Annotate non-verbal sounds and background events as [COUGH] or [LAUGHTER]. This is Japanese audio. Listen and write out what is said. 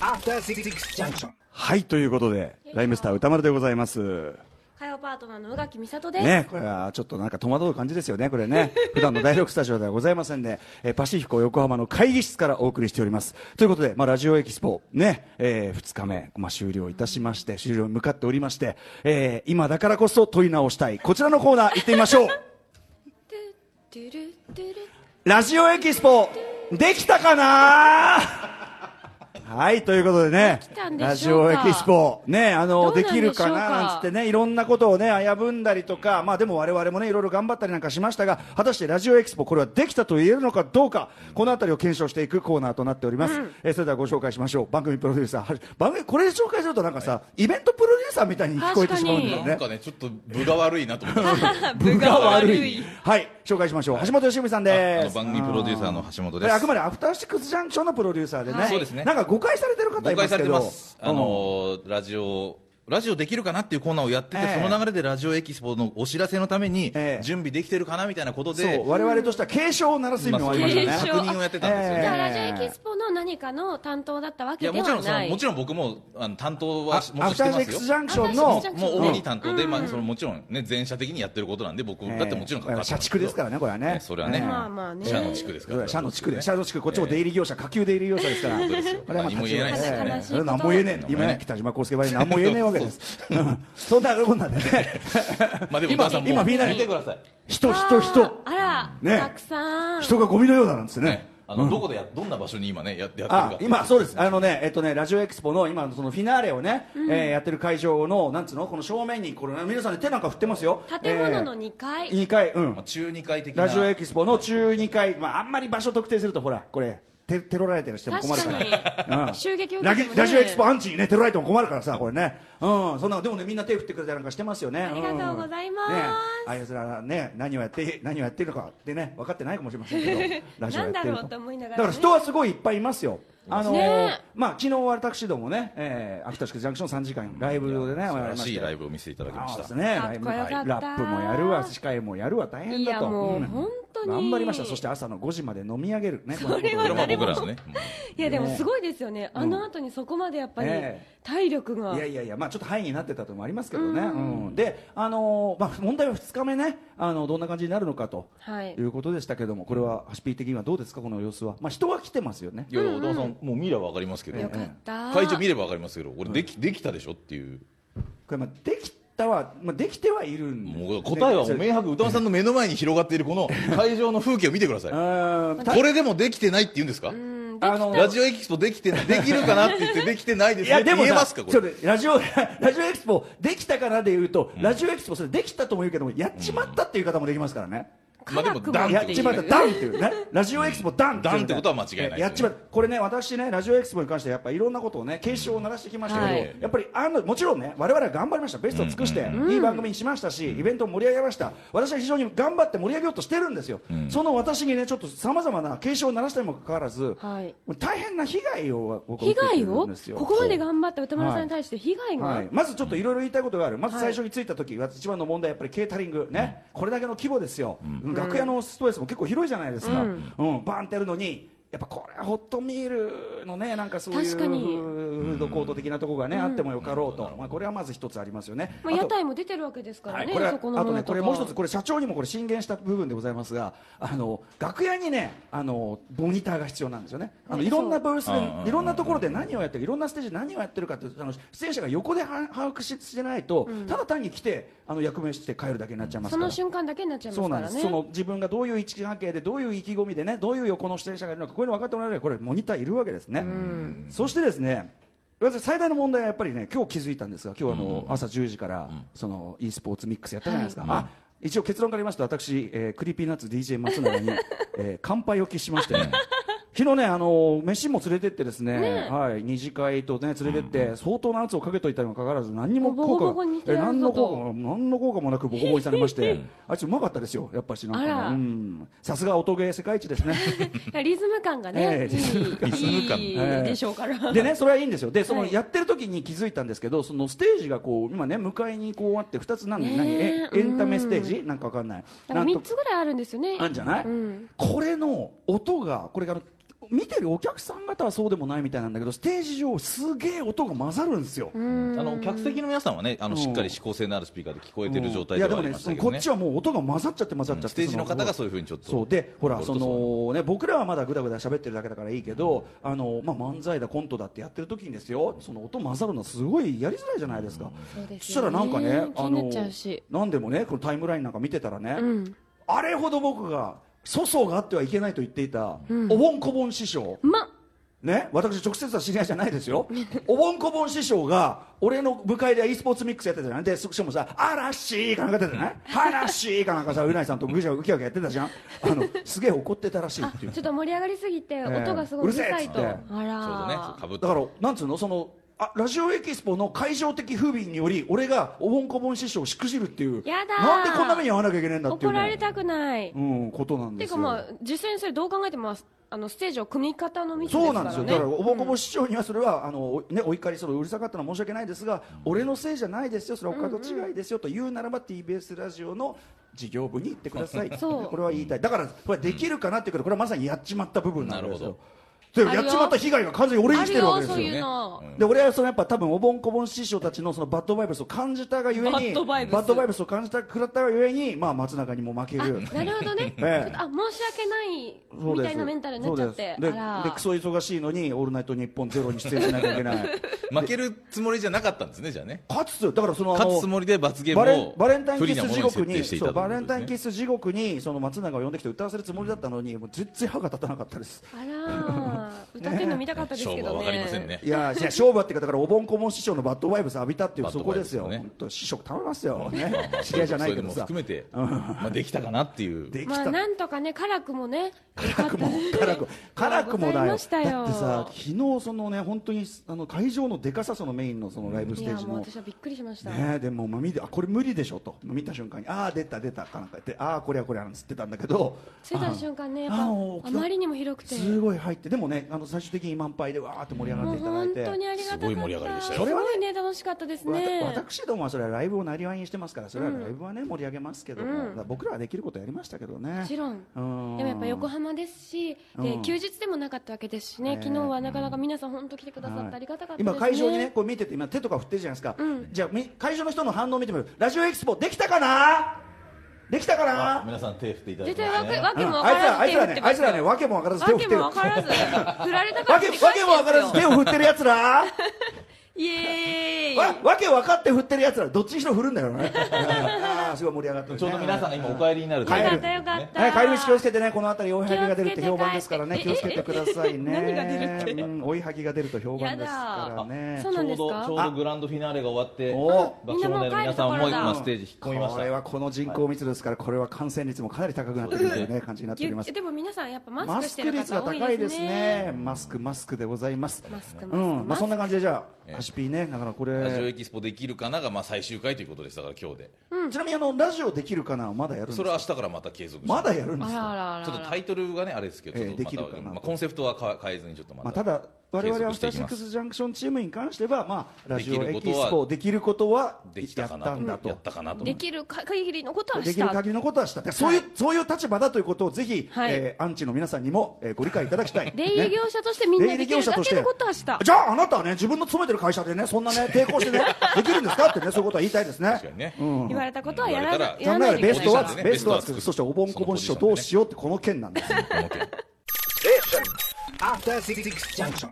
After Six Six Junction. はい、ということで、ライムスター歌丸でございます。火曜パートナーの宇垣美里です。ね、これはちょっとなんか戸惑う感じですよ [LAUGHS] ね、これね。普段の第6スタジオではございませんで、えーパシフィコ横浜の会議室からお送りしております。ということで、まあ、ラジオエキスポ、ね、え2日目、まあ、終了いたしまして、終了に向かっておりまして、えー今だからこそ問い直したい、こちらのコーナー行ってみましょう。トゥトゥルトゥルラジオエキスポ、できたかな [LAUGHS] はい、ということでねできたん、でしょうかラジオエキスポ、ね、あどの、うなんででしょきるうかかななんつってね、いろんなことをね、危ぶんだりとか、まあでも我々もね、いろいろ頑張ったりなんかしましたが、果たしてラジオエキスポ、これはできたと言えるのかどうか、このあたりを検証していくコーナーとなっております。えーそれではご紹介しましょう。番組プロデューサー、はじ番組、これ紹介するとなんかさ、イベントプロデューサーみたいに聞こえてしまうんだよ確ねなん。かね、ちょっと部が悪いなと思ってます。 [LAUGHS] 部が悪い。はい、紹介しましょう。橋本良美さんあでのす。番組プロデューサーの橋本こでれす。あくまでアフターシックスジャンクションのプロデューサーでね、そうですねなんか誤解されてる方い誤ま解すさけれど、てます。あのーラジオ。ラジオできるかなっていうコーナーをやってて、ええその流れでラジオエキスポのお知らせのためにええ準備できてるかなみたいなことうんで、そう我々としては警鐘を鳴らす意味もまあありそうましたねいう、警確鐘認をやってたんですよええじゃあね。ラジオエキスポの何かの担当だったわいけやでもちろはんそのない。もちろん僕もあの担当はあしアもフちタろんーしシックてまスすジよ。ャンクションアフのターシックスジャンクションもう主に担当で、まあそのもちろんね全社的にやってることなんで僕だってもちろん関わってますけ社ど畜ですからねこれはねええそれはね。ええまあまあね社の地区ですから。社の地区で社の地区こっちも出入り業者、下級出入り業者ですからうですよこれはまあ何も言えないですよねええそれ何も言えねえ今ね北島康介は何も言えねえわけですうん [LAUGHS] そんなこん [LAUGHS] なんでねまあでも今皆さんも今みんな見てください。人あ人ー人あら、ねたくさん。人がゴミのようだなんですねね、あの、どこでや、どんな場所に今ね、ややってるかあ。今、そうです、あのね、えっとね、ラジオエクスポの今のそのフィナーレをね、えーやってる会場の、なんつうの、この正面に、これ、皆さんね、手なんか振ってますよ。建物の2階。えー二階、うまあん、中二階的な。ラジオエクスポの中2階、まあ、あんまり場所特定すると、ほら、これ。テテロられてる人も困るから確かにうん襲撃を受ラけてジもねラジオエクスポアンチにねテロられても困るからさこれねうんそんなでもねみんな手振ってくれたりなんかしてますよねありがとうございますんねあいつらはね何をやって何をやってるのかってね分かってないかもしれませんけど [LAUGHS] ラジオやってなんるだろうと思いながらねだから人はすごいいっぱいいますよあのーねまあ昨日私どもね、えー、秋田市ジャンクション3時間ライブでねや素晴りらましいてライブを見せていただきましそうですた。ねライブかっこよかったラップもやるわ司会もやるわ大変いだやともう、ん本当に。頑張りましたそして朝の5時まで飲み上げるねそれこれははまあ誰僕もらですね。うんいやでもすごいですよね。あの後にそこまでやっぱりえ体力が。いやいやいや、まあ、ちょっと範囲になってたともありますけどね、うんで、あのーまあ、問題は2日目ねあの、どんな感じになるのかとはいい。うことでしたけども、これはハシピー的にはどうですか、この様子は、まあ、人は来てますよねい、や、小田さん、もう見ればわかりますけど。よかった。会場見ればわかりますけど、俺でき、できたでしょっていう。これまあできたは、まあ、できてはいるんでもう答えはもう明白、歌丸さんの目の前に広がっているこの会場の風景を見てください。こうんたれでもできてないって言うんですかうん。あのラジオエキスポできて、できるかなって言ってできてないでいすねやってでも言えさますかこそれ。れラジオ [LAUGHS] ラジオエキスポできたからで言うと、ラジオエキスポそれできたとも言うけどもやっちまったっていう言い方もできますからね、まあで科も学もダンやっってち言まっうたねダンっていうねラジオエキスポダンっていうねダンってことは間違いないですねやっちまったこれね私ねラジオエキスポに関してやっぱいろんなことをね警鐘を鳴らしてきましたけど、はいやっぱりあのもちろんね我々は頑張りましたベストを尽くして、いい番組にしましたしイベントを盛り上げました私は非常に頑張って盛り上げようとしてるんですよ、その私にねちょっとさまざまな警鐘を鳴らしたにもかかわらず、はい大変な被害を僕は被受けて害るをんですよここまで頑張った歌丸さんに対して被害が、はい、まずちょっといろいろ言いたいことがある、まず最初に着いた時、は一番の問題はやっぱりケータリング、ねこれだけの規模ですよ、楽屋のスペースも結構広いじゃないですか、うんバーンってやるのに、やっぱこれはホットミールのね、なんかそういう確かにフードコート的なところがね、あってもよかろうと、まあ、これはまず一つありますよね。まあ、あ屋と台も出てるわけですからね、これはそこのあとものね、とかこれもう一つ、これ社長にもこれ進言した部分でございますが、あの楽屋にね、あのモニターが必要なんですよね。あのねいろんなブそースうんうんうんうんで、いろんなところで何をやってる、いろんなステージで何をやってるかって、あの出演者が横では把握ししてないと、ただ単に来てあの役目して帰るだけになっちゃいますそから。の瞬間だけになっちゃいまそうすなかんでらすねその自分がどういう位置関係でどういう意気込みでねどういう横の出演者がいるのかこういうの分かってもらえればこれモニターいるわけですね、そしてですね私最大の問題はやっぱりね今日気づいたんですが今日あの朝10時からその e スポーツミックスやったじゃないですか、あ一応結論から言いますと私、えークリーピーナッツ DJ 松永に、えー [LAUGHS] 乾杯を喫しまして、ね、昨日ねあの飯も連れてってですねはい、二次会とね連れてって相当な圧をかけといたにもかかわらず何にも効ボコボ果コがにしてえやるぞと何の効果も何の効果もなくボコボコにされましてあいつうまかったですよやっぱしなんかねあらうんさすが音ゲー世界一ですね [LAUGHS] いやリズム感がえね、えリズム感いいいいリズム感でしょうから、でねそれはいいんですよでそのはいやってる時に気づいたんですけどそのステージがこう今ね向かいにこうあって2つ何ねえ何えエンタメステージうなんかわかんないなんなかん3とつぐらいあるんですよねあんじゃないうんこれの音がこれがあの見てるお客さん方はそうでもないみたいなんだけどステージ上すげえ音が混ざるんですよ、あの客席の皆さんはねあのしっかり指向性のあるスピーカーで聞こえてる状態いでやはでもありねましたけこどっねちはもう音が混ざっちゃって混ざっちゃって、ステージの方がそういうふうにちょっとそうでほらボルそトとのね僕らはまだぐだぐだ喋ってるだけだからいいけど、あのまあ漫才だコントだってやってる時にですよその音混ざるのすごいやりづらいじゃないですか、そうですよねそしたらなんかね気になっちゃうしあのなんでもねこのタイムラインなんか見てたらね、んあれほど僕が粗相があってはいけないと言っていた、おぼんこぼん師匠まね、私直接は知り合いじゃないですよおぼんこぼん師匠が俺の部会で e スポーツミックスやってたじゃないでしかもさ「嵐」かなんかやってたじゃない「嵐」かなんかさうないさんとぐちゃぐきゃぐきゃやってたじゃんあのすげえ怒ってたらしいあっていうちょっと盛り上がりすぎてー音がすごいうるさいと、うるせえっつってあらちょうどねかぶってだからなんつうのそのあラジオエキスポの会場的不備により俺がおぼんこぼん師匠をしくじるっていうやだーなんでこんな目に遭わなきゃいけないんだってい怒うねられたくない、うんことなんてでいうすかよまあ実際にそれどう考えてもあのステージは組み方のミスですそうかならんねですよ、だからおぼこぼ市長にはそれは、あのおね、お怒りそれうるさかったのは申し訳ないですが、俺のせいじゃないですよそれはお門違いですよと言うならば TBS ラジオの事業部に行ってくださいそうこれは言いたいだからこれはできるかなっていうけどこれはまさにやっちまった部分なんですなるよほであるやよっちまった被害が完全に俺に来てるわけですあるよそういうよので俺はそのやっぱ多分おぼんこぼん師匠たちのそのバッドバイブスを感じたがゆえにバッドバイブスバッドバイブスを感じたくらったがゆえに、まあ、松中にも負けるなるほどね、ええちょっとあ申し訳ないそうみですたいなメンタルになっちゃってそうですであらでクソ忙しいのに「オールナイトニッポンゼロに出演しなきゃいけ [LAUGHS] ない負けるつもりじゃなかったんですねじゃあね勝つだからそのあの勝つつもりで罰ゲーバムレンをバレンタイン不利キなスもの地に設獄定にしていそうたバレンタインといキうこス地獄にその松永を呼んできて歌わせるつもりだったのにもう全然歯が立たなかったですあ [LAUGHS] らー歌ってるの見たかったでとですすねけ勝負はど分かりませねんねいやいや勝負あっていうかだからおぼんこぼん師匠のバッドバイブス浴びたっていうバッそドこバイでブすスねよ本当師匠頼みますよまあねまあ知り合いじゃないけどそさううのも含めて、ま [LAUGHS] あ、できたかなっていうできまたあなんとかね辛くもね辛くも辛く辛くもだありよましたよだってさ昨日そのね本当にあの会場のでかさそのメインのそのライブスいテーやジもうの私はびっくりしました、ねえでもまあ見てあこれ無理でしょと見た瞬間にああ出た出たかなんか言ってああこれはこれはなんつってたんだけど着いた瞬間ねやっぱあのあまりにも広くてすごい入ってでもねあの最終的に満杯でわーって盛り上がっもてういただい本て。当にありがたかったすごい盛り上がりでしたよそれすはねごいね楽しかったですわねた私どもはそれはライブをなりわいにしてますからそれはうんライブはね盛り上げますけどうんも、だから僕らはできることやりましたけどねもちろんうんでもやっぱ横浜ですし、うでん休日でもなかったわけですしね、ね昨日はなかなか皆さん本当来てくださってありがたかったです、ね今会場にねこう見てて今手とか振ってるじゃないですか、うんじゃあみ会場の人の反応見てみるラジオエキスポできたかなできたかあな皆さん手振っていただ絶きま対しわたけねわけもわあいかつらあらずいつらねあいつらねわけもわからず [LAUGHS] 手を手振ってますよわ振ってけもるわからず振られたかわらけ振り [LAUGHS] わ返けもわからっずて手よを振ってるや [LAUGHS] つらイエーイわわけ分かって振ってるやつらどっちにしろ振るんだよね [LAUGHS] ああすごい盛り上がってるねちょうど皆さんが今お帰りになるよか帰ったるよかった、はい、帰り道気をつけてね、この辺り、追いはぎが出るって評判気でをすつかけてらね、気帰をってつけてくださいね。 [LAUGHS] 何が出るってうん追いはぎが出ると評判ですからねやだ。そうなんですかちょうどちょうどグランドフィナーレが終わってお爆笑問題の皆さんも今ステージ引っ込みましこれたはこの人口密度ですから、これは感染率もかなり高くなってくるというね、感じになっておぎりゅます。でも皆さんやっぱママスクしスてクる率が方多高いいでですすねね。マスク、マスクでございます。マスクマスクうん、まマあ、スクそんな感じで、じゃあ、ハシピーね、だから、こラジオれエ。キスポできるかながまあ最終回ということでしたから今日でちなみに、あの、ラジオできるかな、まだやるんでそすれか。は明日からまた継続してまだやるんであすらあか。らあらちょっとタイトルがねあれですけど、ええちょっとできるかなまたまあコンセプトはか変えずにちょっとまた,、まあ、ただ我々アフターシック継続していきますスジャンクションチームに関しては、まあ、ラジオできるエこキとはスポできることはできたかなやったんだとやったかなとできる限りのことはでしきるた限りのことはしたでそういうそういう立場だということをぜひ、はいえーアンチの皆さんにも、えーご理解いただきたい。出入りね業者としてみん出な入りでき業る者だとしけてのことはしたじゃああなたはね自分の勤めてる会社でねそんなね抵抗してねできるんですかってねそういうことは言いたいですね確かにね、言われたことはやら言なわれたら考やらえないるといけベなスいトは尽くベストは尽そうですねベストは尽くくそしておぼんこぼん師匠どうしようってこの件なんですよこの件 After Six Junction.